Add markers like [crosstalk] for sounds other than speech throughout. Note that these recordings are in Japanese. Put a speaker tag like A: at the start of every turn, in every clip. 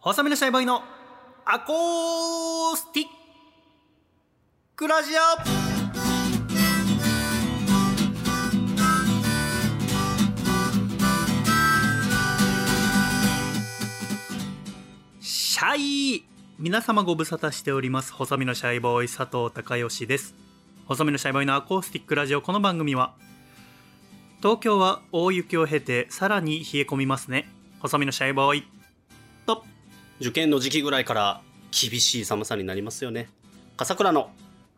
A: 細身のシャイボーイのアコースティックラジオシャイ皆様ご無沙汰しております細身のシャイボーイ佐藤孝義です細身のシャイボーイのアコースティックラジオこの番組は東京は大雪を経てさらに冷え込みますね細身のシャイボーイと
B: 受験の時期ぐらいから厳しい寒さになりますよね笠倉の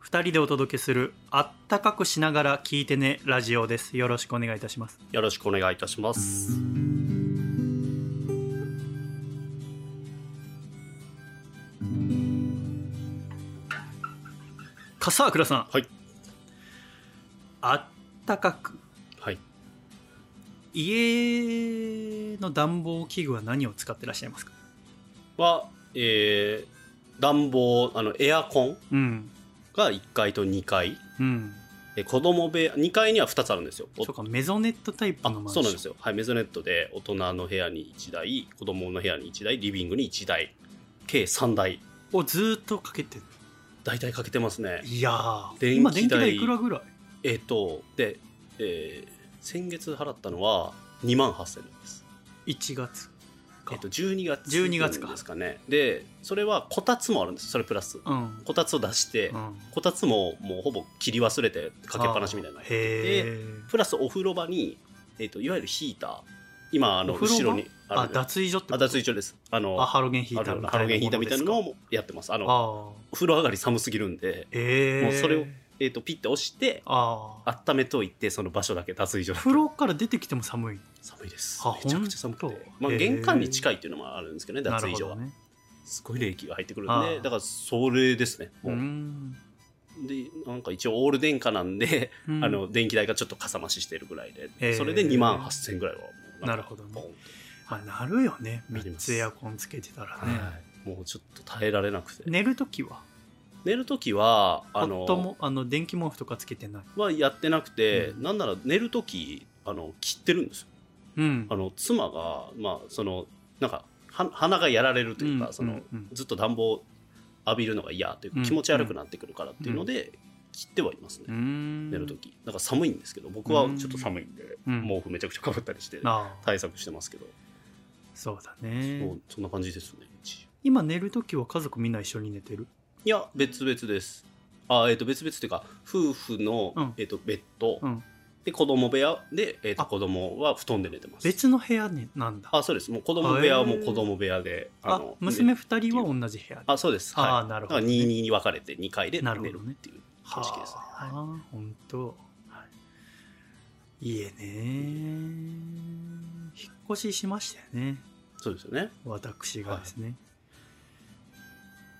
A: 2人でお届けするあったかくしながら聞いてねラジオですよろしくお願いいたします
B: よろしくお願いいたします
A: 笠倉さん
B: はい
A: あったかく
B: はい
A: 家の暖房器具は何を使ってらっしゃいますか
B: はえー、暖房あのエアコン
A: うん
B: が1階と2階
A: うん
B: で子供部屋2階には2つあるんですよお
A: そうかメゾネットタイプ
B: あ
A: のマンショ
B: そう
A: ン
B: なんですよ、はい、メゾネットで大人の部屋に1台子供の部屋に1台リビングに1台計3台
A: をずーっとかけてる
B: 大体かけてますね
A: いやー
B: 電気代
A: 今電気代いくらぐらい
B: えっ、とで、えー先月払ったのは2万8000円です
A: 1月か
B: えっと、12月
A: 12月か
B: ですかねでそれはこたつもあるんですそれプラス
A: うん、
B: こたつを出して、
A: うん、
B: こたつももうほぼ切り忘れてかけっぱなしみたいな
A: あーへえ
B: プラスお風呂場に、えっといわゆるヒーター今あの
A: お風呂場
B: 後ろに
A: あ
B: あるあ
A: 脱衣所ってこと
B: 脱衣所ですあの
A: あハロゲンヒー
B: あ
A: ター
B: る
A: み
B: ハ
A: たいな
B: ロゲンヒーターみたいな
A: も
B: の
A: の
B: もやってますあ
A: です
B: の
A: かああ
B: お風呂上がり寒すぎるんで、
A: ええ
B: もうそれをえっとピッて押して
A: ああ
B: 温めといてその場所だけ脱衣所だけ
A: 風呂から出てきても寒い
B: 寒いです
A: あ
B: めちゃくちゃ寒く
A: ほん
B: て
A: と、
B: まあ、
A: へー
B: 玄関に近いっていうのもあるんですけどね脱
A: なるほ
B: 衣所は
A: ど、ね
B: すごい冷気が入ってくる
A: あ
B: んで
A: ー
B: だからそれですね
A: う
B: もう、
A: ん
B: でなんか一応オール電化なんで、
A: うん
B: あの電気代がちょっとかさ増ししてるぐらいで、
A: えー
B: それで2万8000円ぐらいはもう
A: なるほどね
B: ポンと
A: まあなるよね
B: なり
A: 3
B: ます
A: つエアコンつけてたらね、
B: はいもうちょっと耐えられなくて、
A: 寝るときは
B: 寝る時は
A: あ
B: あ
A: の
B: の
A: もあの電気毛布とかつけてない
B: はやってなくて、
A: うん
B: なんなら寝る時あの切ってるんですよ
A: うん
B: あの妻がまあそのなんかは鼻がやられるというか、
A: うん
B: その
A: うんうん
B: ずっと暖房浴びるのが嫌というか、
A: うん
B: 気持ち悪くなってくるからっていうので、切ってはいますね、
A: うーん
B: 寝る時だから寒いんですけど僕はちょっと寒いんで、
A: うん
B: 毛布めちゃくちゃかぶったりして
A: ああ
B: 対策してますけど、
A: そうだ
B: も
A: ね
B: うそんな感じですね一応
A: 今寝るときは家族みんな一緒に寝てる
B: いや別々ですあえっ、と別々っていうか夫婦の、
A: うん
B: えっとベッド、
A: うん
B: で子供部屋で、えっと
A: あ
B: 子供は布団で寝てます
A: 別の部屋ねなんだ
B: あそうですもう子供部屋はもう子供部屋で、
A: あ
B: の
A: 娘
B: ね
A: 2人は同じ部屋で
B: あそうです
A: あ
B: は
A: あなる
B: いだ
A: ほど
B: か
A: ね
B: ら22に分かれて2階で
A: な
B: 寝
A: るほ
B: る
A: どね
B: っていう
A: は
B: 感じですね、
A: あ、
B: はい
A: 本当、はい、いいえね引っ越ししましたよね
B: そうですよね
A: 私がですね、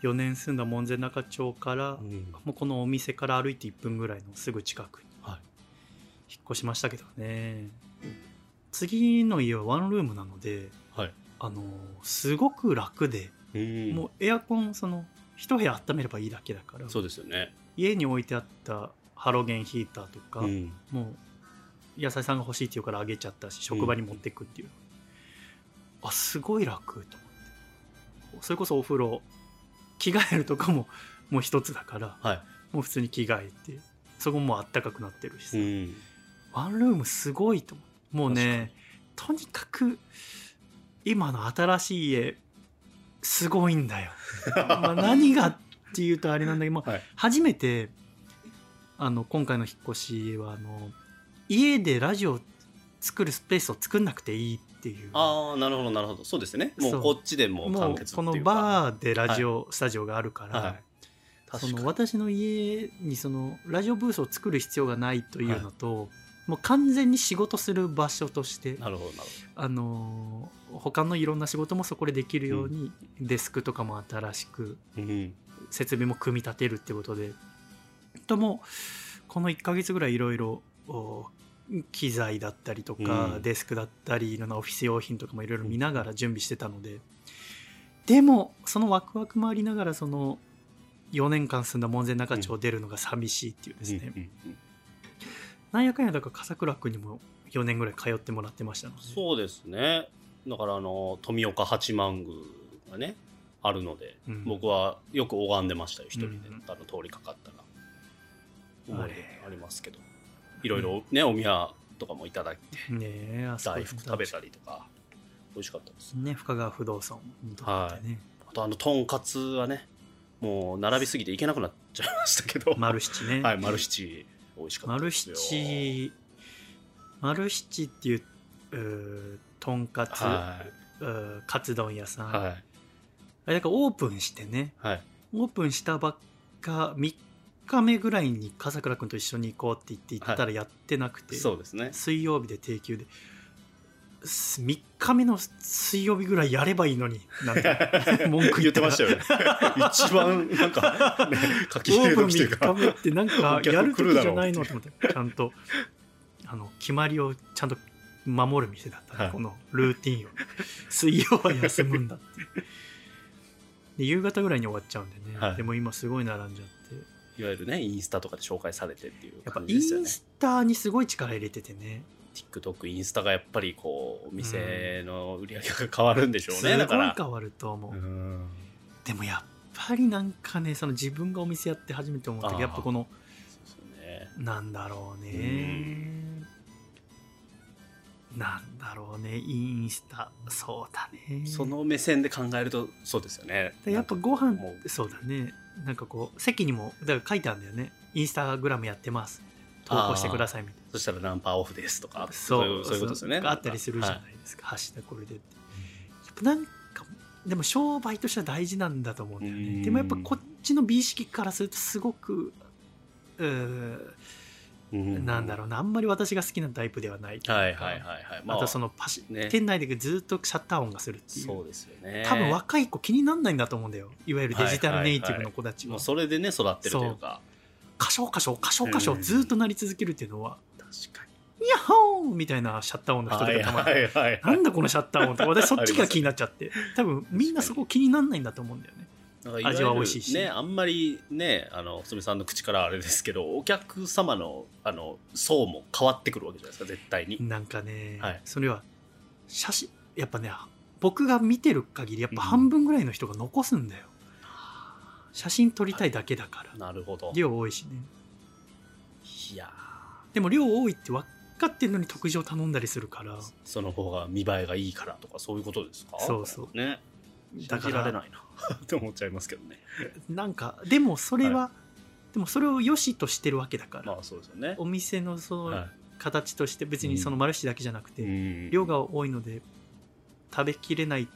A: 4年住んだ門前仲町から、も
B: ん
A: うこのお店から歩いて1分ぐらいのすぐ近くに
B: はい
A: 引っ越しましたけどね次の家はワンルームなので
B: はい
A: あのすごく楽で、
B: うん
A: もうエアコンその一部屋温めればいいだけだから
B: そうですよね
A: 家に置いてあったハロゲンヒーターとか、
B: うん
A: もう野菜さんが欲しいっていうからあげちゃったし職場に持ってくっていう、あすごい楽と思ってそれこそお風呂着替えるとかも [laughs] もう一つだから
B: はい
A: もう普通に着替えてそこもあったかくなってるしさ、 [laughs]
B: うん
A: ワンルームすごいと思うもうねとにかく今の新しい家すごいんだよまあ何がっていうとあれなんだけど、まあ
B: はい
A: 初めてあの今回の引っ越しはあの家でラジオ作るスペースを作んなくていいっていう
B: ああなるほどなるほどそうですねも
A: そう
B: うこっちでもう
A: も
B: 完
A: う
B: 結
A: こ
B: って
A: の
B: いうか
A: バーでラジオ、スタジオがあるから、
B: はい
A: そ
B: 確か
A: の
B: に
A: 私の家にそのラジオブースを作る必要がないというのと、もう完全に仕事する場所として
B: なるほどなる
A: あのー他のいろんな仕事もそこでできるように、デスクとかも新しく
B: ほど、うん、
A: 設備も組み立てるってことでともこの1ヶ月ぐらいいろいろお機材だったりとか、
B: うん
A: デスクだったりいろんなオフィス用品とかもいろいろ見ながら準備してたので、でもそのワクワクもありながらその4年間住んだ門前仲町を出るのが寂しいっていうですね、
B: うんうんうん
A: なんやかんやだから笠倉君にも4年ぐらい通ってもらってましたので
B: そうですねだからあの富岡八幡宮がねあるので、
A: うん
B: 僕はよく拝んでましたよ一人で、
A: うん
B: あの通りかかったら
A: あ
B: 思い
A: れ
B: 出ありますけどいろいろね、お宮とかもいただいて
A: ねえあそこ
B: 大福食べたりとか美味しかったです
A: ね深川不動産にとってね、
B: あとあのとんかつはねもう並びすぎていけなくなっちゃいましたけど
A: 丸七ね、
B: はい、丸七美味しかった
A: 丸
B: ですよ
A: 七丸七っていううーとんかつ、
B: は
A: うーカツ丼屋さん、
B: いはい
A: あれだからオープンしてね
B: はい
A: オープンしたばっか3日目ぐらいに笠倉君と一緒に行こうって言って行ったらやってなくて、
B: そうですね
A: 水曜日で定休です3日目の水曜日ぐらいやればいいのになん
B: [laughs]
A: て文句
B: 言
A: 言って
B: っ
A: て
B: ましたよね一番なんか、ね、書き
A: オ
B: 入
A: ー
B: れ
A: プン
B: 時という
A: 3
B: か
A: 日目ってなんか
B: [laughs] お客
A: やる
B: 来る
A: 時
B: だ
A: じ
B: ろ
A: ゃ
B: う
A: ないのと思ってちゃんとあの決まりをちゃんと守る店だったね、
B: はい
A: このルーティンを水曜は休むんだってで夕方ぐらいに終わっちゃうんでね、
B: はい
A: でも今すごい並んじゃって
B: いわゆるねインスタとかで紹介されてっていう
A: やっぱ
B: 感
A: イ
B: じですよ
A: ン
B: ね
A: スタにすごい力入れててね
B: TikTok インスタがやっぱりこうお店の売り上げが変わるんでしょうね、
A: す
B: だか
A: ごい
B: ら
A: 変わると思う、
B: うん
A: でもやっぱりなんかねその自分がお店やって初めて思ったけど
B: あー
A: やっぱこの
B: そうですよね
A: なんだろうね、なんだろうねインスタそうだね
B: その目線で考えるとそうですよね
A: でやっぱご飯
B: もう
A: そうだねなんかこう席にもだから書いてあるんだよねインスタグラムやってます投稿してくださいみたいな
B: そしたらナンパーオフですとか
A: そう
B: いうそういうことですよね
A: あったりするじゃ
B: は
A: ないですか、はしこれでってやっぱなんかでも商売としては大事なんだと思うんだよ
B: うん
A: ねでもやっぱこっちの美意識からするとすごくうー
B: い
A: なんだろうなあんまり私が好きなタイプではない
B: はいはいはいはい
A: またそのパシ、
B: ね
A: 店内でずっとシャッター音がするっていう
B: そうですよね
A: 多分若い子気になんないんだと思うんだよいわゆるデジタルネイティブの子たち
B: も
A: は
B: うそれでね育ってるというか
A: 箇所箇所箇所箇所
B: うん
A: ずっと鳴り続けるっていうのは
B: 確かに
A: 「ヤッホー!」みたいなシャッター音の人
B: は
A: と
B: い
A: かたま
B: は
A: に
B: いはい
A: な
B: はい
A: んだこのシャッター音って私そっちが気になっちゃって多分みんなそこ気になんないんだと思うんだよね
B: なん
A: [laughs]
B: か
A: 味は美味しいし
B: わゆるねあんまりねあの細見さんの口からあれですけどお客様のあの層も変わってくるわけじゃないですか絶対に
A: なんかね、
B: はい
A: それは写真やっぱね僕が見てる限りやっぱ
B: うん
A: 半分ぐらいの人が残すんだよ、写真撮りたいだけだから、
B: なるほど
A: 量多いしね
B: いや
A: でも量多いって分かってんのに特上頼んだりするから
B: ーその方が見栄えがいいからとかそういうことですか
A: そうそう
B: ね
A: だか
B: 信じられ
A: ら
B: ないな [laughs] って思っちゃいますけどね
A: なんかでもそれは、でもそれを良しとしてるわけだから、
B: まあそうですよね
A: お店のその
B: は
A: 形として別にそのマルシェだけじゃなくて、
B: いうん
A: 量が多いので食べきれない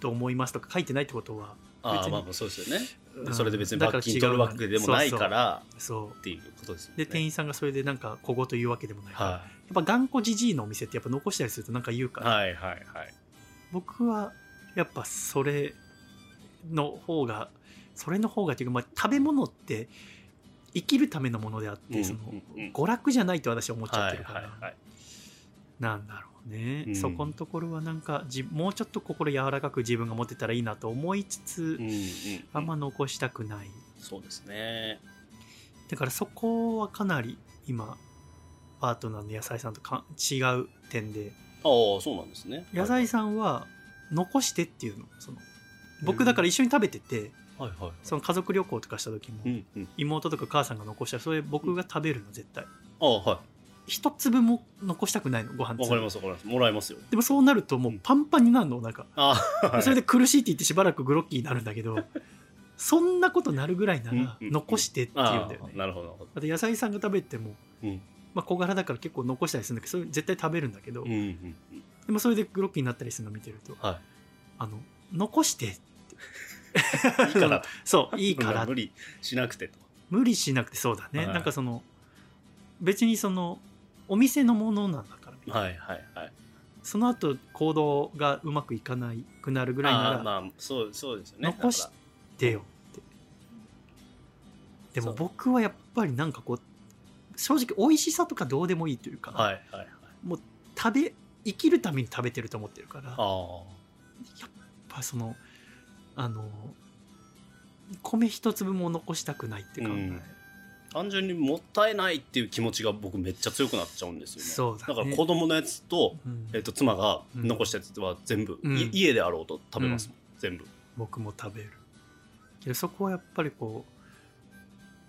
A: と思いますとか書いてないってことは
B: あ
A: 別
B: あ
A: に
B: まあまあそうですよね
A: う
B: で
A: ん
B: それで別に
A: だか
B: 罰
A: ら
B: 金
A: 違う
B: 取るわけでもないから
A: そうそう
B: っていうことですよね
A: で店員さんがそれでなんか小言言うわけでもないから、や
B: は
A: っぱ頑固じじいのお店ってやっぱ残したりするとなんか言う
B: い
A: から、
B: はいはいはい
A: 僕はやっぱそれの方がそれの方がっていうか、まあ、食べ物って生きるためのものであって、
B: うん
A: その
B: うんうん
A: 娯楽じゃないと私は思っちゃっ
B: は
A: て
B: い
A: るから、
B: はいはい
A: なんだろうね、
B: うん
A: そこのところはなんかじもうちょっと心柔らかく自分が持ってたらいいなと思いつつ、
B: うんうん
A: あんま残したくない
B: そうですね
A: だからそこはかなり今パートナーの野菜さんとか違う点で
B: ああそうなんですね
A: 野菜さんは残してっていうのその僕だから一緒に食べてて、
B: はいはいはい
A: その家族旅行とかした時も、
B: うんうん
A: 妹とか母さんが残したらそれ僕が食べるの絶対
B: ああは
A: 一粒も残したくないのご飯
B: いわかりますわかりますもらいますよ
A: でもそうなるともうパンパンになるのお腹、
B: ああはい
A: それで苦しいって言ってしばらくグロッキーになるんだけ
B: [laughs]
A: どそんなことなるぐらいな
B: うんうん
A: ら
B: うん
A: 残してって言うん
B: あ
A: だよね
B: あなるほどなるほ
A: あと野菜さんが食べても、
B: うん
A: まあ、小柄だから結構残したりするんだけどそれ絶対食べるんだけど、
B: どうんうんうん
A: でもそれでグロッキーになったりするの見てると
B: は
A: あの残してって
B: いいいから
A: そういいから
B: 無理しなくてと
A: 無理しなくてそうだね、
B: はい
A: なんかその別にそのお店のものなんだから、
B: はいはいはい
A: その後行動がうまくいかないくなるぐらいな
B: ああ
A: ら
B: まあそうそうですよね
A: 残し
B: だか
A: てよってでも僕はやっぱりなんかこう正直美味しさとかどうでもいいというから
B: はいはいはい
A: 食べ生きるために食べてると思ってるからやっ
B: あ
A: ぱそのあの米一粒も残したくないって考え、
B: うんあ単純にもったいないっていう気持ちが僕めっちゃ強くなっちゃうんですよ
A: そ
B: ね
A: うだね
B: から子供のやつと
A: うん
B: えっと、妻が残したやつは全部、
A: うん
B: い家であろうと食べますもん、全部
A: 僕も食べるけどそこはやっぱりこ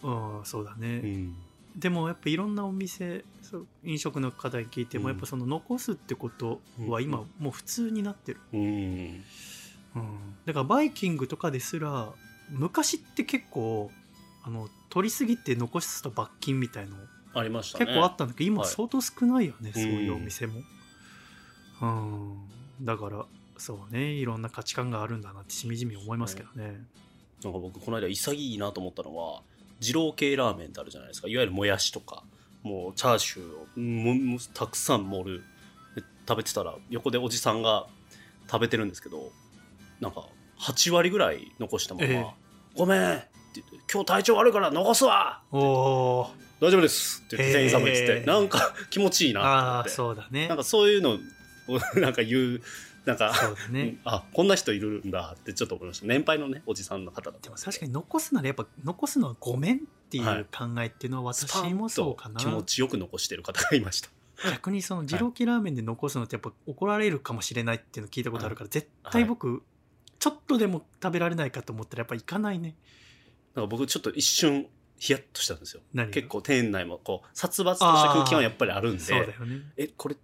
A: ううんそうだね、
B: うん
A: でもやっぱいろんなお店そう飲食の方に聞いても、
B: うん
A: やっぱその残すってことは今
B: うん
A: もう普通になってる、
B: うん
A: だからバイキングとかですら昔って結構あの取りすぎて残すと罰金みたいの
B: ありましたね
A: 結構あったんだけど今
B: はい
A: 相当少ないよね、
B: うん
A: そういうお店もうんだからそうねいろんな価値観があるんだなってしみじみ思いますけどね
B: なんか僕この間潔いなと思ったのは二郎系ラーメンってあるじゃないですかいわゆるもやしとかもうチャーシューをももたくさん盛るで食べてたら横でおじさんが食べてるんですけどなんか8割ぐらい残したまま「
A: ええ
B: ごめん」って言って「今日体調悪いから残すわ
A: おおー
B: 大丈夫です」って言って店員さんも言ってて、
A: ええ
B: なんか気持ちいいな
A: あ
B: っ
A: あ
B: て思って
A: そうだね
B: なんかそういうのをなんか言うなんか
A: そうだね
B: あこんな人いるんだってちょっと思いました年配のねおじさんの方だった
A: で
B: ん
A: も
B: すけど
A: 確かに残すならやっぱ残すのはごめんってい
B: は
A: う
B: い
A: 考えっていうのは私もそうかな、
B: スパンと気持ちよく残してる方がいました
A: 逆にその二郎系ラーメンで残すのってやっぱ怒られるかもしれないっていうの聞いたことあるから絶対僕ちょっとでも食べられないかと思ったらやっぱ行かないね
B: なんか僕ちょっと一瞬ヒヤッとしたんですよ
A: 何が
B: 結構店内もこう殺伐とした空気はやっぱりあるん
A: そうだ
B: で
A: よね
B: えこれ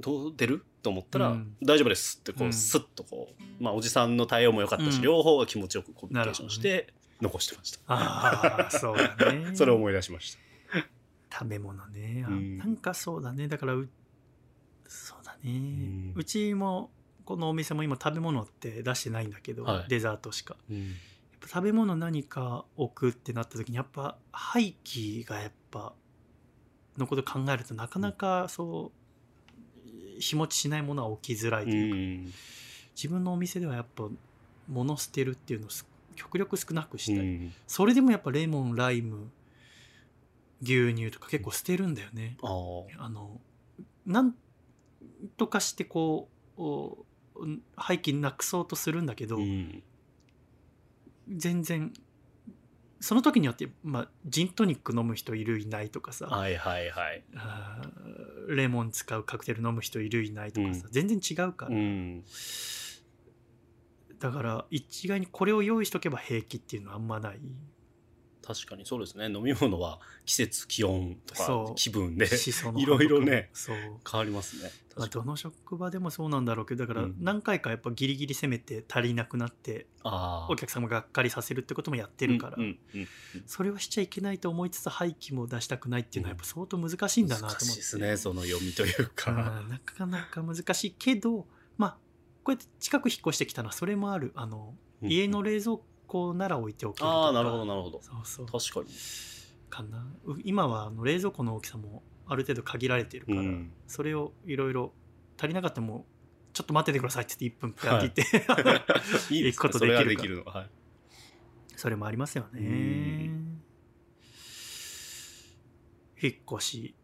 B: どう出ると思ったら、
A: うん
B: 大丈夫ですって
A: う
B: こ
A: ん
B: うスッとこう、まあ、おじさんの対応も良かったし、
A: うん
B: 両方が気持ちよくコミュニケーションして残してました、
A: ああ
B: [laughs]
A: そうだね
B: それを思い出しました
A: 食べ物ね、あ
B: うん
A: なんかそうだねだからうそうだね、うんちもこのお店も今食べ物って出してないんだけど、
B: はい
A: デザートしかやっぱ食べ物何か置くってなった時にやっぱ廃棄がやっぱのこと考えるとなかなかそう日持ちしないものは置きづらいと
B: う
A: いうか、
B: ん
A: 自分のお店ではやっぱ物捨てるっていうのをす極力少なくした
B: う
A: い、
B: ん
A: それでもやっぱレモンライム牛乳とか結構捨てるんだよね、
B: あー
A: あのなんとかしてこうお廃棄なくそうとするんだけど、
B: うん
A: 全然その時によって、まあ、ジントニック飲む人いるいないとかさ
B: はいはいはい、
A: あーレモン使うカクテル飲む人いるいないとかさ、
B: う
A: 全然違うから、
B: うん、
A: だから一概にこれを用意しとけば平気っていうのはあんまない
B: 確かにそうですね飲み物は季節気温と
A: そ
B: か
A: う
B: 気
A: [laughs]
B: 分で
A: しその葉
B: いろいろね
A: とかもそう、
B: 変わりますね
A: まあ、
B: 確か
A: ど
B: に
A: の職場でもそうなんだろうけどだから
B: うん
A: 何回かやっぱギリギリ攻めて足りなくなって
B: あー
A: お客様がっかりさせるってこともやってるから、
B: うんうんうん
A: それはしちゃいけないと思いつつ廃棄も出したくないっていうのはやっぱ相当難しいんだなと思って。
B: 難しいですねその読みというか、
A: うんなかなか難しいけどまあこうやって近く引っ越してきたのはそれもあるあの
B: うん
A: 家の冷蔵庫なら置いておけるとか
B: ああなるほどなるほど
A: そうそう
B: 確か
A: かなう今はあの冷蔵庫の大きさもある程度限られてるか
B: に、
A: ら、
B: うん、
A: それをいろいろ足りなかったらもうちょっと待っててくださいって言って1分ピャーって言って、
B: [laughs] いいです
A: 行くこ
B: ね
A: と
B: それが
A: で
B: で
A: き
B: き
A: る
B: るのは、はい、
A: それもありますよ
B: う
A: ね
B: ん
A: 引っ越し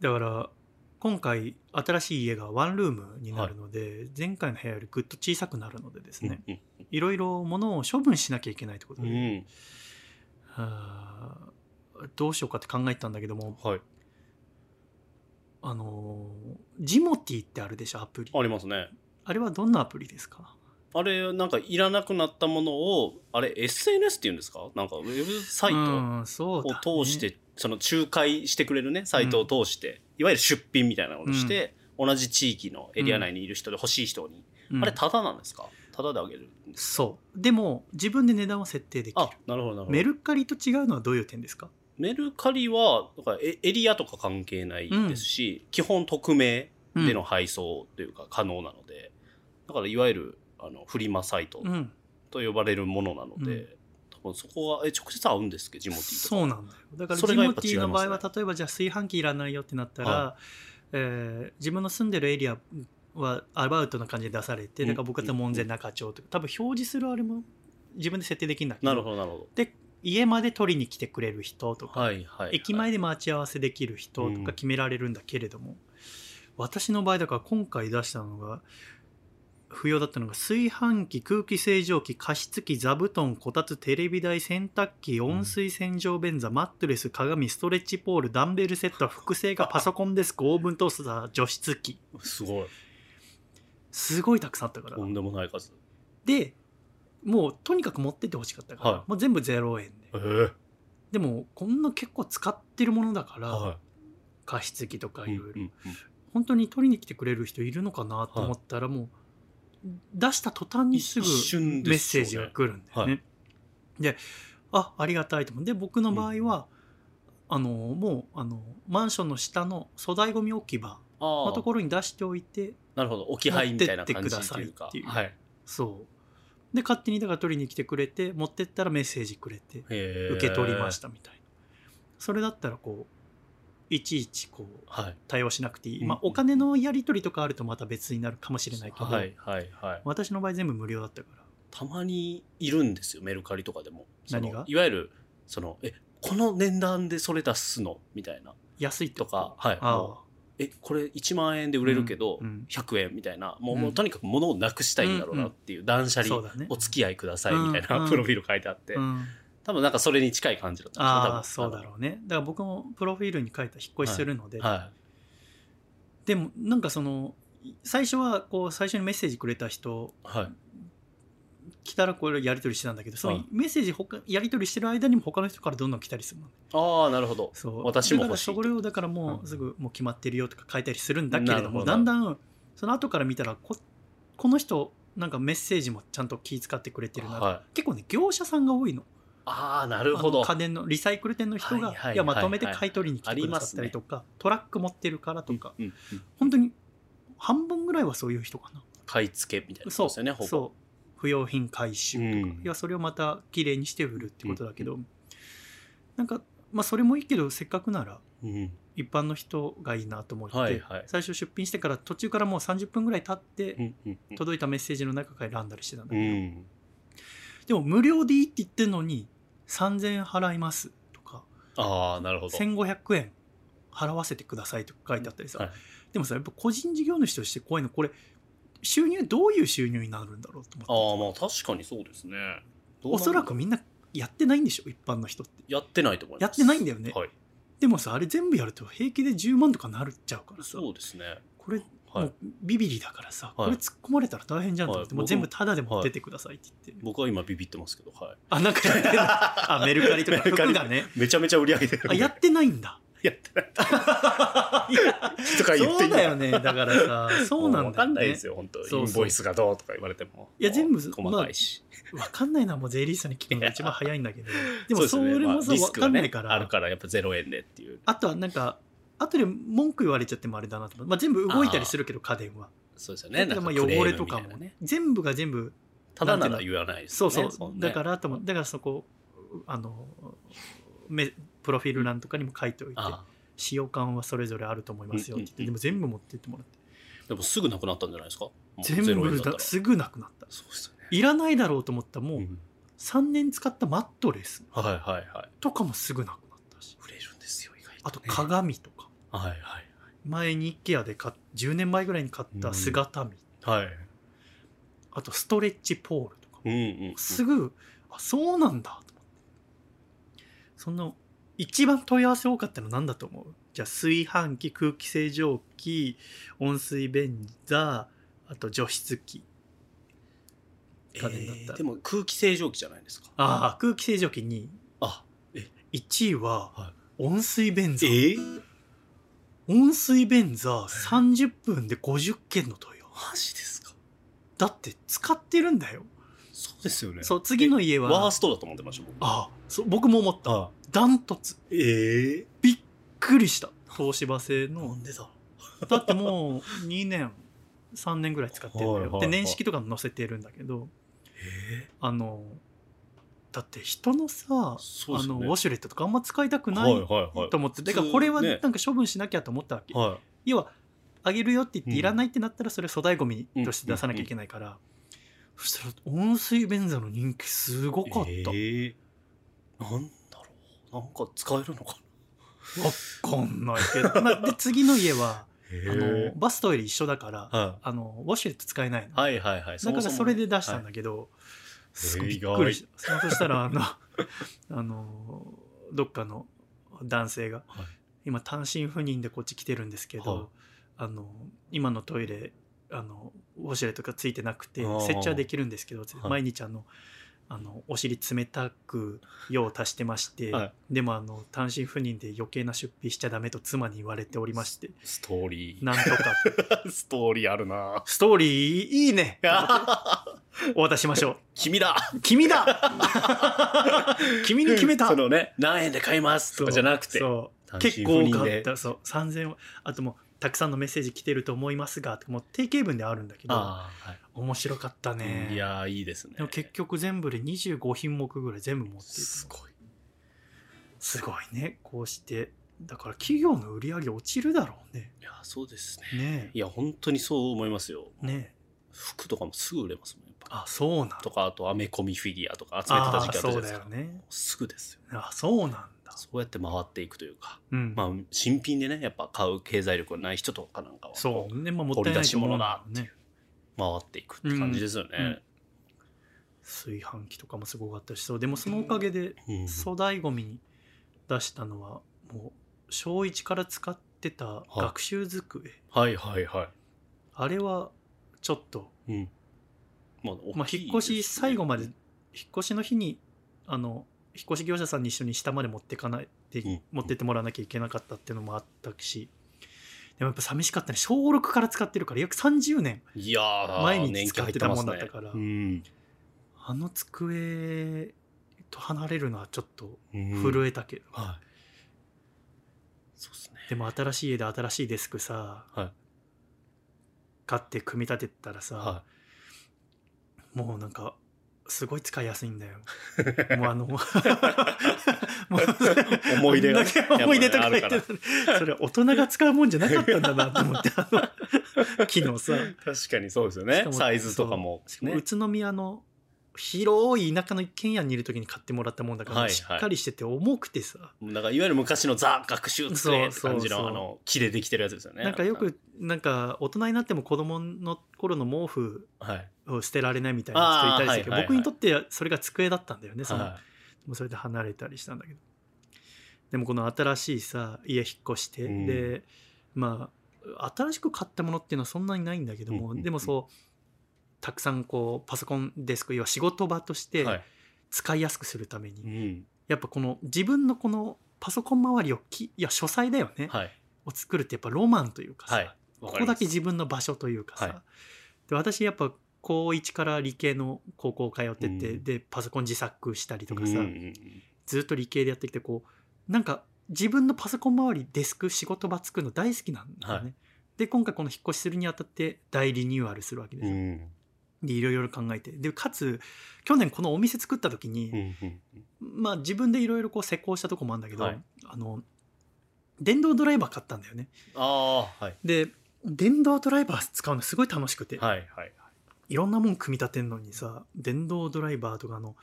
A: だから今回新しい家がワンルームになるので、前回の部屋よりぐっと小さくなるのでですね、
B: うん
A: いろいろ物を処分しなきゃいけないってこと
B: う
A: で、
B: ん
A: あーどうしようかって考えてたんだけども、
B: はい
A: あのージモティってあるでしょアプリ
B: ありますね
A: あれはどんなアプリですか
B: あれなんかいらなくなったものをあれ SNS っていうんですかなんかウェブサイト
A: うんそうだね
B: を通して、その仲介してくれるねサイトを通して、いわゆる出品みたいなのをして、同じ地域のエリア内にいる人で欲しい人に、
A: うん
B: あれタダなんですかタダであげるんですか
A: そうでも自分で値段を設定できる
B: あなるほどなるほど
A: メルカリと違うのはどういう点ですか
B: メルカリはだからエエリアとか関係ないですし、基本匿名での配送というか可能なので、だからいわゆるあのフリマサイト
A: うん、
B: と呼ばれるものなの
A: う
B: で、
A: ん
B: 多分そこはえ直接合うんですけどジモティとか
A: そうなんだよだから
B: そ
A: ジ
B: れがや
A: モ
B: っぱ
A: テ
B: 違い
A: ィ
B: ますね
A: の場合は、例えばじゃあ炊飯器いらないよってなったら、
B: は
A: えー自分の住んでるエリアはアバウトな感じで出されて、
B: うん
A: だから僕だったら門前仲町とか多分表示するあれも自分で設定できるんだけど
B: なるほどなるほ
A: 家まで取りに来てくれる人とか、
B: どはいはい、はい、
A: 駅前で待ち合わせできる人と
B: うん
A: か決められるんだけれども、私の場合だから今回出したのが不要だったのが炊飯器空気清浄機加湿器座布団こたつテレビ台洗濯機温水洗浄便座マットレス鏡ストレッチポールダンベルセット複製がパソコンデスクオーブントースター除湿機
B: すごい
A: すごいたくさんあったから、
B: とんでもない数
A: でもうとにかく持ってってほしかったから、
B: はい
A: もう全部0円で
B: えー
A: でもこんな結構使ってるものだから、
B: は
A: 加湿器とか
B: い
A: い
B: うん
A: ろいろ
B: うん
A: 本当に取りに来てくれる人いるのかなと思ったら、もう出した途端
B: うん
A: にす
B: 一
A: ぐ
B: 瞬
A: メッ
B: です
A: セー
B: よね
A: ジが来るんだよね。であありがたいと思うで僕の場合は、あのもうあのマンションの下の粗大ごみ置き場
B: あ
A: の
B: あ
A: ところに出しておいて
B: なるほど置き配みたいな感
A: 持
B: じ
A: ってって
B: という
A: ください
B: か
A: っていう
B: はい
A: そうで勝手にだから取りに来てくれて持ってったらメッセージくれて
B: 受
A: 受け取りましたたみたいな、それだったらこういちいちこう
B: はい
A: 対応しなくていい、
B: うん
A: まあ、お金のやり取りとかあるとまた別になるかもしれないけど、
B: はいはいはい
A: 私の場合全部無料だったから
B: たまにいるんですよメルカリとかでもその
A: 何が
B: いわゆるそのえこの値段でそれ出すのみたいな
A: 安いって
B: と
A: こと
B: かはい
A: あ
B: もうえこれ1万円で売れるけど、
A: うんうん
B: 100円みたいなもう,、
A: うん
B: もうとにかく物をなくしたいんだろうなっていう断捨
A: あ
B: 離、
A: そうだね
B: お付き合いくださいみたいな、
A: うんうん
B: プロフィール書いてあって、
A: うん
B: 多分なんかそれに近い感じだった
A: あ
B: ん
A: あ
B: ですよ
A: そうだろうねだから僕もプロフィールに書いた引っ越しするので、
B: 多分は
A: でもなんかその最初はこう最初にメッセージくれた人
B: いはい
A: 来たらこれやり取りしてたんだけどそ
B: は
A: の
B: い
A: メッセージ他やり取りしてる間にも他の人からどんどん来たりするのね
B: ああなるほど
A: そう
B: 私も欲しい
A: だからそれをだからも
B: うん
A: うすぐもう決まってるよとか書いたりするんだけれども
B: な
A: だ
B: るほ
A: ん
B: ど
A: だんその後から見たらここの人なんかメッセージもちゃんと気遣ってくれてるな、
B: はい、
A: 結構ね業者さんが多いの
B: ああなるほど
A: あの家電のリサイクル店の人が、
B: はいいはい
A: やまとめて
B: はいはい
A: 買い取りに来てくださったりとか、トラック持ってるからとか、
B: うんうん
A: 本当に半分ぐらいはそういう人かな
B: 買い付けみたいなこと
A: そう
B: ですよねほぼ
A: そう不用品回収とか、
B: うん
A: いやそれをまた綺麗にして売るってことだけど、なんかまあそれもいいけどせっかくなら
B: うん
A: 一般の人がいいなと思って、
B: はいはい
A: 最初出品してから途中からもう30分ぐらい経って、
B: うんうんうん
A: 届いたメッセージの中から選んだりしてたんだけ
B: う
A: ど、
B: ん
A: でも無料でいいって言ってんのに3000円払いますとか
B: ああなるほど
A: 1500円払わせてくださいとか書いてあったりさ、
B: はい
A: でもさやっぱ個人事業主として怖いのこれ収入どういう収入になるんだろうと思って
B: ああまあ確かにそうですねどう
A: お
B: なる
A: そらくみんなやってないんでしょ一般の人って
B: やってないと思います
A: やってないんだよね
B: はい
A: でもさあれ全部やると平気で10万とかなるっちゃうからさ
B: そうですね
A: これ、
B: は
A: も
B: いう
A: ビビリだからさ、
B: は
A: こ
B: い
A: れ突っ込まれたら大変じゃんと思って、
B: はい
A: もう
B: 僕
A: 全部タダで持ってってくださいって言って、
B: 僕は今ビビってますけどはい
A: あなんかやってるあメルカリとか
B: メルカリ
A: 服がね
B: めちゃめちゃ売り上げてるんで
A: あやってないんだ
B: やってない
A: いや
B: とか言って
A: そうだよ
B: ね
A: ねだからさそうなんだよ、ね、
B: わかんないですよ本当
A: そうそう
B: インボイスがどうとか言われても
A: いや全部
B: 細かいし、
A: わかんないのはもう税理士さんに聞くのが一番早いんだ
B: [laughs]
A: けどでも
B: うす
A: そ
B: ね
A: れも
B: ま
A: さ
B: あ
A: わ
B: リス
A: か
B: クが
A: ん
B: ね
A: ないから、
B: あるからやっぱ0円でっていう
A: あとはなんか後で文句言われちゃってもあれだなと思う、まあ、全部動いたりするけど家電は
B: そうですよね
A: だ
B: な
A: から
B: ん
A: ま
B: か
A: あ
B: クレーム
A: 汚
B: みたいな
A: れとかもね全部が全部
B: ただなら言わないです
A: そ
B: よ
A: う
B: ね
A: そう、
B: ね
A: だからともだからそこあのめプロフィール欄とかにも書いておいて
B: あ
A: 使用感はそれぞれあると思いますよって言って、
B: うんうんうん
A: でも全部持ってってもらって
B: あでもすぐなくなったんじゃないですかもう
A: 全
B: 0円
A: 部
B: だった
A: だ
B: ら
A: すぐなくなった
B: そうですよね
A: いらないだろうと思ったも
B: う
A: うん3年使ったマットレス
B: はいはいはい
A: とかもすぐなくなったし
B: 売れるんですよ意外と、ね、
A: あと鏡とか
B: はいはい
A: 前に IKEA で買っ10年前ぐらいに買った姿見、
B: はい。
A: あとストレッチポールとか
B: うんうんうん。
A: すぐ、あそうなんだと思ってその一番問い合わせ多かったの何だと思うじゃあ炊飯器空気清浄機温水便座あと除湿機家電だったら
B: えーでも空気清浄機じゃないですか。
A: ああ空気清浄機に
B: あ、
A: 1位は
B: は
A: 温水便座、
B: ー、
A: 温水便座30分で50件の問い合わせ
B: マジですか。
A: だって使ってるんだよ
B: そうですよね
A: そう次の家は
B: ワーストだと思ってました僕。
A: あそう僕も思った
B: あ、
A: ダントツ
B: えー、
A: びっくりした東芝製
B: な
A: の
B: んでだ。
A: だってもう2年3年ぐらい使ってるんだよ、
B: はいはいはい
A: で年式とかも載せてるんだけど
B: え
A: あのだって人のさ、
B: そう
A: あ
B: です
A: の
B: よ
A: ウ
B: ね。
A: ォシュレットとかあんま使いたくない
B: はいはいはい
A: と。思って、だから
B: 普通
A: これはな
B: ね
A: んか処分しなきゃと思ったわけ、
B: は
A: 要はあげるよって言って
B: うん
A: いらないってなったらそれ粗大ごみとして出さなきゃいけないから、そしたら温水便座の人気すご
B: い。
A: かった、
B: えー、なんだろう。なんか使えるのかな。
A: わかんないけど、まあ、で次の家はあの
B: え
A: バストイレ一緒だから、
B: ー、は
A: あのウォシュレット使えないの、
B: い。はいはいはい。
A: だからそれで出したん
B: だ。
A: だけど、す
B: え
A: ご
B: ー
A: い
B: 意
A: び
B: 外
A: っくりした、そしたらあの [laughs] あのどっかの男性が、
B: はい
A: 今単身赴任でこっち来てるんですけど、
B: はい
A: あの今のトイレあのウォシュレットがついてなくて
B: あー
A: 設置はできるんですけど
B: い
A: 毎日あのあのお尻冷たく用を足してまして、
B: は
A: でもあの単身赴任で余計な出費しちゃダメと妻に言われておりまして
B: ストーリー
A: なんとか
B: [laughs] ストーリーあるな
A: ストーリーいいねお渡ししましょ
B: 君だ
A: う君だ [laughs] 君に決めた
B: そのね何円で買いますとかじゃなくて
A: そう
B: 単身
A: 結構多か
B: 赴任
A: っ
B: で
A: たそう3000はあともうたくさんのメッセージ来てると思いますがとかもう定型文であるんだけど
B: ああ、はい
A: 面白かったね
B: いやーいいですね
A: でも結局全部で25品目ぐらい全部持っていく
B: すごい
A: すごいねこうしてだから企業の売り上げ落ちるだろうね
B: いやーそうですね
A: ね
B: いや本当にそう思いますよ
A: えねえ
B: 服とかもすぐ売れますもんやっぱ
A: あそうなん
B: とかあとアメコミフィギュアとか集めてた時期あったじゃないです
A: あー
B: か
A: そうだよね
B: すぐですよ
A: あそうなんだ
B: そうやって回っていくというか
A: うん
B: まあ新品でねやっぱ買う経済力のない人とかなんかは
A: そ
B: こ
A: うねまあもったいないと思うんろう
B: 掘り出し物だってい
A: ね
B: う回っていくって感じですよね、
A: 炊飯器とかもすごかったしそうでもそのおかげで
B: うん
A: 粗大ごみに出したのはもう小1から使ってた学習机
B: はいはいは
A: あれはちょっと、
B: い、うんまあ大きいですね
A: まあ、引っ越し最後まで引っ越しの日にあの引っ越し業者さんに一緒に下まで持ってかないで、
B: うん
A: 持ってってもらわなきゃいけなかったっていうのもあったしでもやっぱ寂しかったね小6から使ってるから約30年
B: いやー
A: 毎日使ってたもんだったから
B: 年季入って
A: あの机と離れるのはちょっと
B: ますねうん、
A: 震えたけど、
B: はいそうですね
A: でも新しい家で新しいデスクさ、
B: はい
A: 買って組み立てたらさ、
B: は
A: もうなんかすごい使いやすいんだよ
B: [laughs]
A: [laughs] もうあのもう
B: 思い出が
A: あんだけ思い出とか言って
B: やっぱ
A: たそれ大人が使うもんじゃなかったんだなと思
B: [laughs]
A: ってあの機能さ
B: い確かにそうですよ
A: し
B: ね
A: かも
B: サイズとかも
A: しかも
B: ね
A: 宇都宮の広い田舎の一軒家にいる時に買ってもらったもんだから、
B: はいはい
A: しっかりしてて重くてさ、
B: なんかいわゆる昔のザ学習机って感じ
A: そうそうそ
B: の
A: う
B: あの木でできてるやつですよね
A: なんかよくなんか大人になっても子供の頃の毛布
B: はい
A: を捨てられないみたいな人いたりするけど、
B: あーはいはいは
A: 僕
B: い
A: にとってはそれが机だったんだよねその、
B: は
A: もうそれで離れたりしたんだけどでもこの新しいさ家引っ越して、
B: うん
A: でまあ新しく買ったものっていうのはそんなにないんだけども、
B: うんうんうん
A: でもそうたくさんこうパソコンデスク要は仕事場とし
B: い
A: て
B: はい
A: 使いやすくするために、
B: うん
A: やっぱこの自分のこのパソコン周りをきいや書斎だよね、
B: はい
A: を作るってやっぱロマンというかさ、
B: はいわ
A: こ
B: か
A: こ
B: り
A: だ
B: ま
A: け
B: す
A: 自分の場所というかさ、
B: はい
A: で私やっぱ高1から理系の高校通ってて、
B: うん
A: でパソコン自作したりとかさ、
B: うんうんうん
A: ずっと理系でやってきてこうなんか自分のパソコン周りデスク仕事場作るの大好きなんだよね。
B: は
A: で今回この引っ越しするにあたって大リニューアルするわけです
B: う
A: よ。
B: ん
A: でいろいろ考えてでかつ去年このお店作った時に、
B: うんうん
A: まあ自分でいろいろこう施工したとこもあるんだけど、
B: はい
A: あの電動ドライバー買ったんだよね。
B: ああーはい
A: で電動ドライバー使うのすごい楽しくて、
B: はいはい
A: いろんなもん組み立てんのにさ電動ドライバーとかの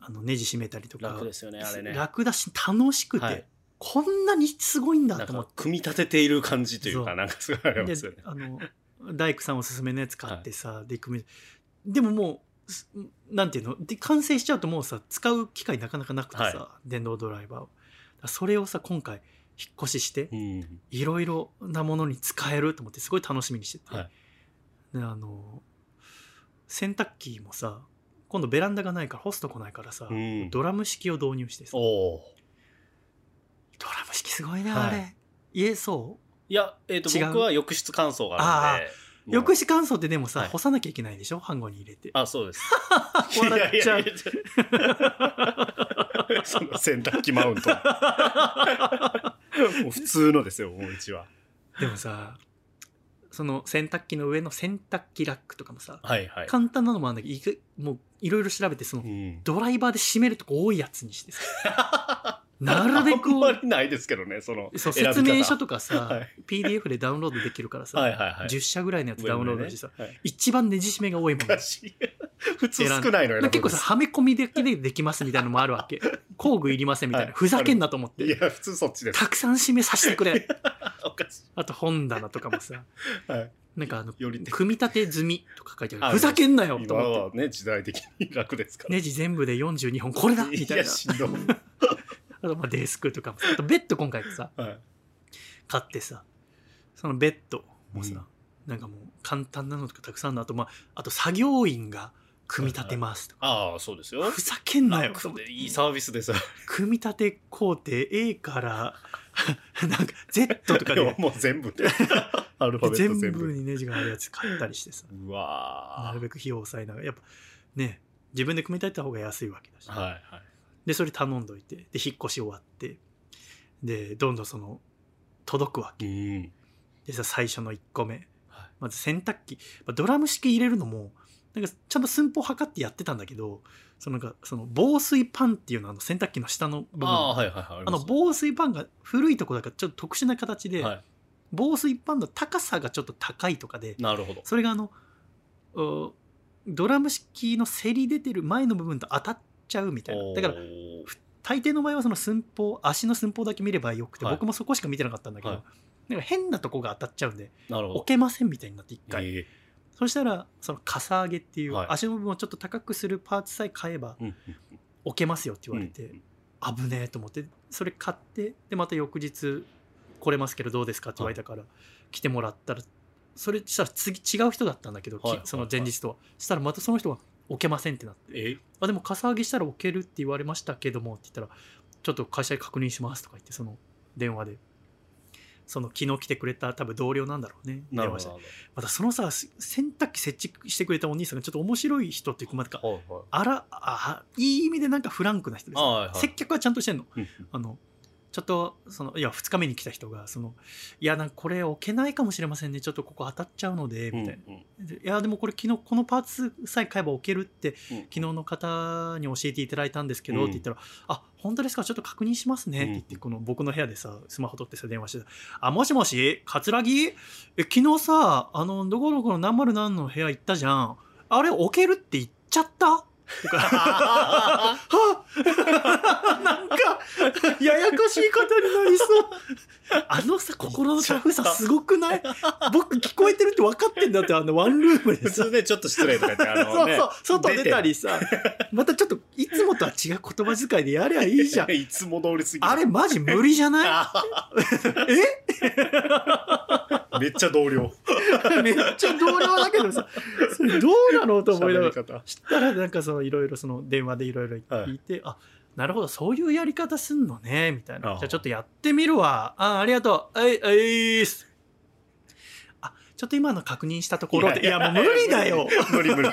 A: あのネジ締めたりとか
B: 楽ですよねあれね
A: 楽だし楽しくて、
B: はい
A: こんなにすごいんだ
B: なん
A: と思っ
B: か
A: て
B: 組み立てている感じという
A: そ
B: か
A: う
B: なんかすごいありますよね
A: であの大工さんおすすめのやつ買ってさ、で組みでももうすなんていうので完成しちゃうともうさ使う機会なかなかなくてさ、
B: は
A: 電動ドライバーをだからそれをさ今回引っ越しして
B: うん
A: いろいろなものに使えると思ってすごい楽しみにしてて、
B: はい
A: であの洗濯機もさ今度ベランダがないから干すとこないからさ、
B: うん
A: ドラム式を導入してさ
B: お
A: ド
B: お
A: ラム式すごいね、
B: はい
A: あれ家そう
B: いやえっと
A: 違う
B: 僕は浴室乾燥があるんでもう
A: 浴室乾燥ってでもさ、
B: はい
A: 干さなきゃいけないでしょハンゴに入れ
B: [laughs]
A: て
B: あそうです
A: 笑っちゃう
B: いやいやいや [laughs] いやその洗濯機マウント [laughs] もう普通のですよもううちは
A: でもさその洗濯機の上の洗濯機ラックとかもさ、
B: はいはい
A: 簡単なのもあるんだけどいくもういろいろ調べてその、
B: うん
A: ドライバーで締めるとこ多いやつにして
B: [laughs]
A: さなるべく
B: あんまりないですけどねその
A: そう
B: 選び方
A: 説明書とかさ、
B: [laughs] はい
A: PDF でダウンロードできるからさ、
B: はいはいはい
A: 10社ぐらいのやつダウンロードしてさ、
B: 上のねはい
A: 一番ねじ締めが多
B: [laughs]
A: いもん、ね、
B: 昔普通少ないのよ
A: 結構さはめ込みだけでできますみたいなのもあるわ
B: [laughs]
A: け工具いりませんみたいな、
B: はい
A: ふざけんなと思っ
B: い
A: て
B: や普通そっちです
A: たくさん締めさせてくれ
B: [laughs] おかし
A: あと本棚とかもさ
B: い、はい、
A: なんかあの
B: よりね
A: 組み立て済みとか書いてあ
B: あ
A: るふざけんなよと
B: 今
A: 思っ
B: はね時代的に楽ですか
A: て
B: ら、
A: ネジ全部で42本これだみたいな
B: やしんどい、
A: あとまあデスクとかもあとベッド今回さ
B: はい、
A: 買ってさそのベッドもさ、
B: うん
A: なんかもう簡単なのとかたくさんのあと、まあ、あと作業員が組み立てますとか、
B: [laughs] ああそうですよ
A: ふざけんなよ
B: 楽でいいサービスですよ
A: 組み立て工程 A から [laughs] なんか Z とかで
B: もう全部 [laughs] アルファベット
A: 全
B: 全
A: 部
B: 部
A: にネジがあるやつ買ったりしてさ
B: うわ
A: な
B: ー
A: るべく費用を抑えながらやっぱね自分で組み立てた方が安いわけだし、
B: はいはい
A: でそれ頼んどいてで引っ越し終わってでどんどんその届くわけ
B: うん
A: でさ最初の1個目
B: はい
A: まず洗濯機、まあドラム式入れるのもなんかちゃんと寸法測ってやってたんだけどそのなんかその防水パンっていうのはあの洗濯機の下の部分
B: ああ
A: あ
B: はいはいはいありま
A: の
B: す
A: 防水パンが古いとこだからちょっと特殊な形で、
B: は
A: 防水パンの高さがちょっと高いとかで
B: いなるほど
A: それがあのおドラム式のせり出てる前の部分と当たっちゃうみたいなだから
B: おー
A: 大抵の場合はその寸法足の寸法だけ見ればよくて、
B: はい
A: 僕もそこしか見てなかったんだけど、
B: はい
A: なんか変なとこが当たっちゃうんで
B: なるほ
A: 置
B: ど
A: けませんみたいになって一回、
B: え
A: そしたらそのかさ上げっていう、
B: はい
A: 足の部分をちょっと高くするパーツさえ買えば
B: えうんうん
A: 置けますよって言われて、
B: うん
A: 危ねえと思ってそれ買ってでまた翌日来れますけどどうですかって言われたから、来てもらったらそれしたら次違う人だったんだけど、き
B: はいはい
A: その前日とはしたらまたその人が置けませんってなって。
B: え
A: あでもかさ上げしたら置けるって言われましたけどもって言ったらちょっと会社で確認しますとか言ってその電話でその昨日来てくれた多分同僚なんだろうね
B: なるほ
A: 電話
B: ど
A: してまたそのさ洗濯機設置してくれたお兄さんがちょっと面白い人っていうかまあなんか
B: はいはい
A: あらあいい意味でなんかフランクな人です、
B: あはいはい
A: 接客はちゃんとしてんの
B: うん
A: あのちょっとそのいや2日目に来た人がそのいやなんかこれ置けないかもしれませんねちょっとここ当たっちゃうのでみたいな、
B: うんうん
A: でいやでもこれ昨日このパーツさえ買えば置けるって、
B: うん
A: 昨日の方に教えていただいたんですけど、
B: うん
A: って言ったら「あ本当ですかちょっと確認しますね」って言って
B: うん
A: この僕の部屋でさスマホ取ってさ電話してた「あもしもし桂木え昨日さあのどこどこの何丸何の部屋行ったじゃんあれ置けるって言っちゃった?」とかはあなんか [laughs] ややこしい方になりそう [laughs] あのさ心のタフさすごくない僕聞こえてるって分かってんだってあのワンルームで
B: 普
A: さ
B: 通ねちょっと失礼とか言ってあ
A: そ
B: の
A: う
B: ね
A: そう外出たりさまたちょっといつもとは違う言葉遣いでやりゃい [laughs] いじゃん
B: [laughs] いつも通りすぎる
A: あ
B: [laughs]
A: れマジ無理じゃ [laughs] ない
B: あ
A: え
B: [laughs] めっちゃ同僚
A: めっちゃ同僚だけどさそれどうなのと思いなが
B: 喋り
A: ら
B: 方
A: したらなんかそのいろいろその電話でいろいろ聞いて、あなるほどそういうやり方すんのねみたいな
B: ああ
A: じゃあちょっとやってみるわあありがとうはいはいっすあちょっと今の確認したところでいやもう無理だよ [laughs]
B: 無理無理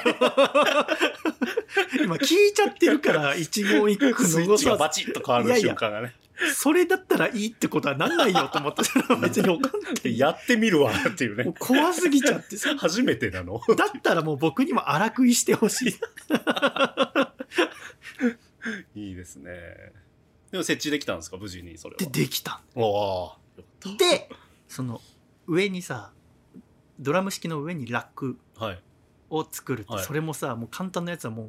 A: 今聞いちゃってるから一言一 [laughs] 句
B: スイッ
A: 残
B: チが
A: さ
B: バチッと変わる瞬間がね
A: ずそれだったらいいってことはなんないよと思ったら別にわかんない
B: やってみるわっていう
A: [laughs] も
B: ね
A: う怖すぎちゃってさ
B: 初めてなの
A: だったらもう僕にも荒食いしてほしい
B: いいですねでも設置できたんですか無事にそれ
A: で
B: は
A: できたん
B: おー
A: でその上にさドラム式の上にラック
B: はい
A: を作るって、
B: はい
A: それもさもう簡単なやつはもう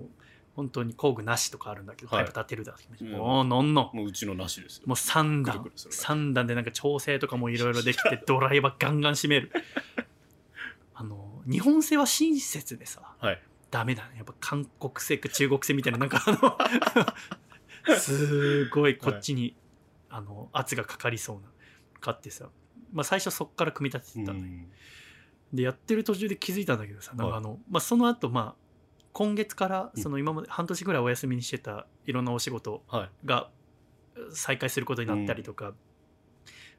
A: 本当に工具なしとかあるんだけど、
B: はい
A: パイプ立てるだけ、
B: うん
A: もうのんの
B: もううちのなしですよ
A: もう3
B: くるく
A: 段
B: るするだけ
A: 三段でなんか調整とかもいろいろできてドライバーガンガン締めるあの日本製は親切でさ
B: はい
A: ダメだねやっぱ韓国製か中国製みたいななんかあの [laughs] すごいこっちに、あの圧がかかりそうな買ってさ、まあ、最初そっから組み立ててたんだけど
B: うん
A: でやってる途中で気づいたんだけどさなんか
B: はい
A: あの、まあ、その後、まあ今月から
B: うん
A: その今まで半年ぐらいお休みにしてたいろんなお仕事
B: はい
A: が再開することになったりとか、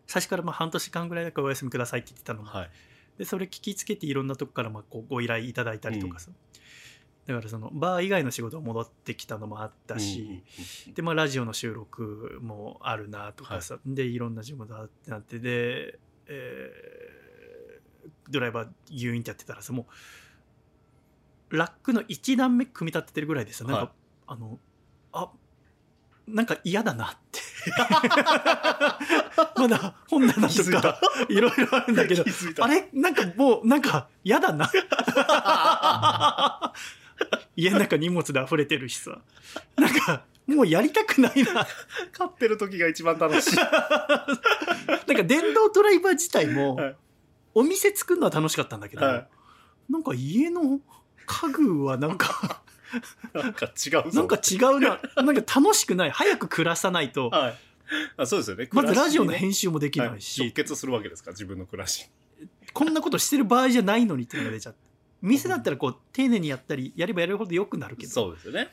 A: 最初からまあ半年間ぐらいだけお休みくださいって言ってたのも、
B: はい
A: でそれ聞きつけていろんなとこからまあこうご依頼いただいたりとかさ、だからそのバー以外の仕事が戻ってきたのもあったし、
B: うん
A: でまあラジオの収録もあるなとかさ、でいろんな仕事だってなってで、えードライバー誘引ってやってたらさもうラックの1段目組み立ててるぐらいでさなんか、
B: はい
A: あのあなんか嫌だなって [laughs] まだ本棚
B: 気
A: と
B: づい
A: か
B: た
A: いろいろあるんだけど
B: 気づいた
A: あれなんかもうなんか嫌だな家の中荷物で溢れてるしさなんかもうやりたくないな
B: [laughs] 飼ってる時が一番楽しい [laughs]
A: なんか電動ドライバー自体も、
B: はい
A: お店作るのは楽しかったんだけど、
B: は
A: なんか家の家具はなんか
B: いなんか違うぞ
A: なんか違うななんか楽しくない早く暮らさないと
B: はいあそうですよね
A: まずラジオの
B: 暮らしにね
A: 編集もできない
B: はい直
A: し、
B: 結するわけですか自分の暮らし
A: こんなことしてる場合じゃないのにっていうのが出ちゃって店だったらこう丁寧にやったりやればやるほど良くなるけど
B: そうですよね。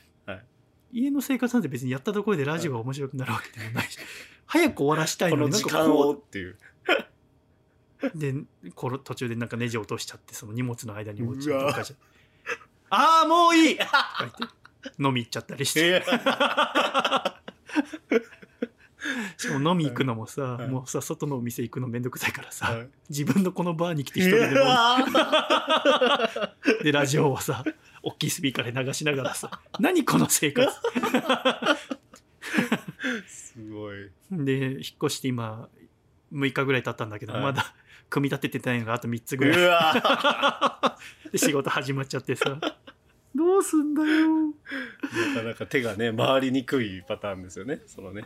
A: 家の生活なんて別にやったところでラジオが面白くなるわけでもないし、早く終わらしたい
B: こ
A: の
B: の
A: になん
B: 時
A: か
B: 間
A: こ
B: をって [laughs] いう。
A: うでこの途中でなんかネジ落としちゃってその荷物の間に落ち
B: うわ
A: とかじゃああもう
B: [laughs]
A: いいとか言って飲み行っちゃったりしてしかも飲み行くのもさ、
B: い
A: もうさ外のお店行くのめんどくさいからさ、
B: はい
A: 自分のこのバーに来て一人で飲ん
B: うわ
A: ででラジオをさ大きいスピーカーで流しながら
B: [laughs]
A: さ何この生活
B: すごい。
A: で引っ越して今6日ぐらい経ったんだけど、
B: はい
A: まだ組み立ててないのがあと3つぐらいう
B: わ
A: で仕事始まっちゃってさどうすんだよ
B: なかなか手がね回りにくいパターンですよね。そ [laughs] のね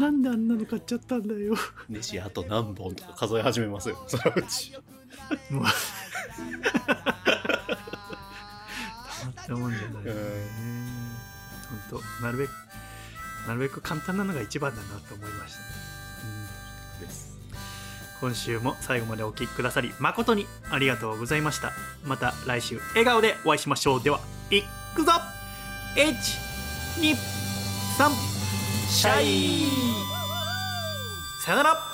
A: なんであんなの買っちゃったんだよ
B: ネジあと何本とか数え始めますよ。そのうち。
A: もうたまったもんじゃないよねほんとなるべくなるべく簡単なのが一番だなと思いました、
B: です。
A: 今週も最後までお聴きくださり誠にありがとうございましたまた来週笑顔でお会いしましょうではいっくぞ123シャイさよなら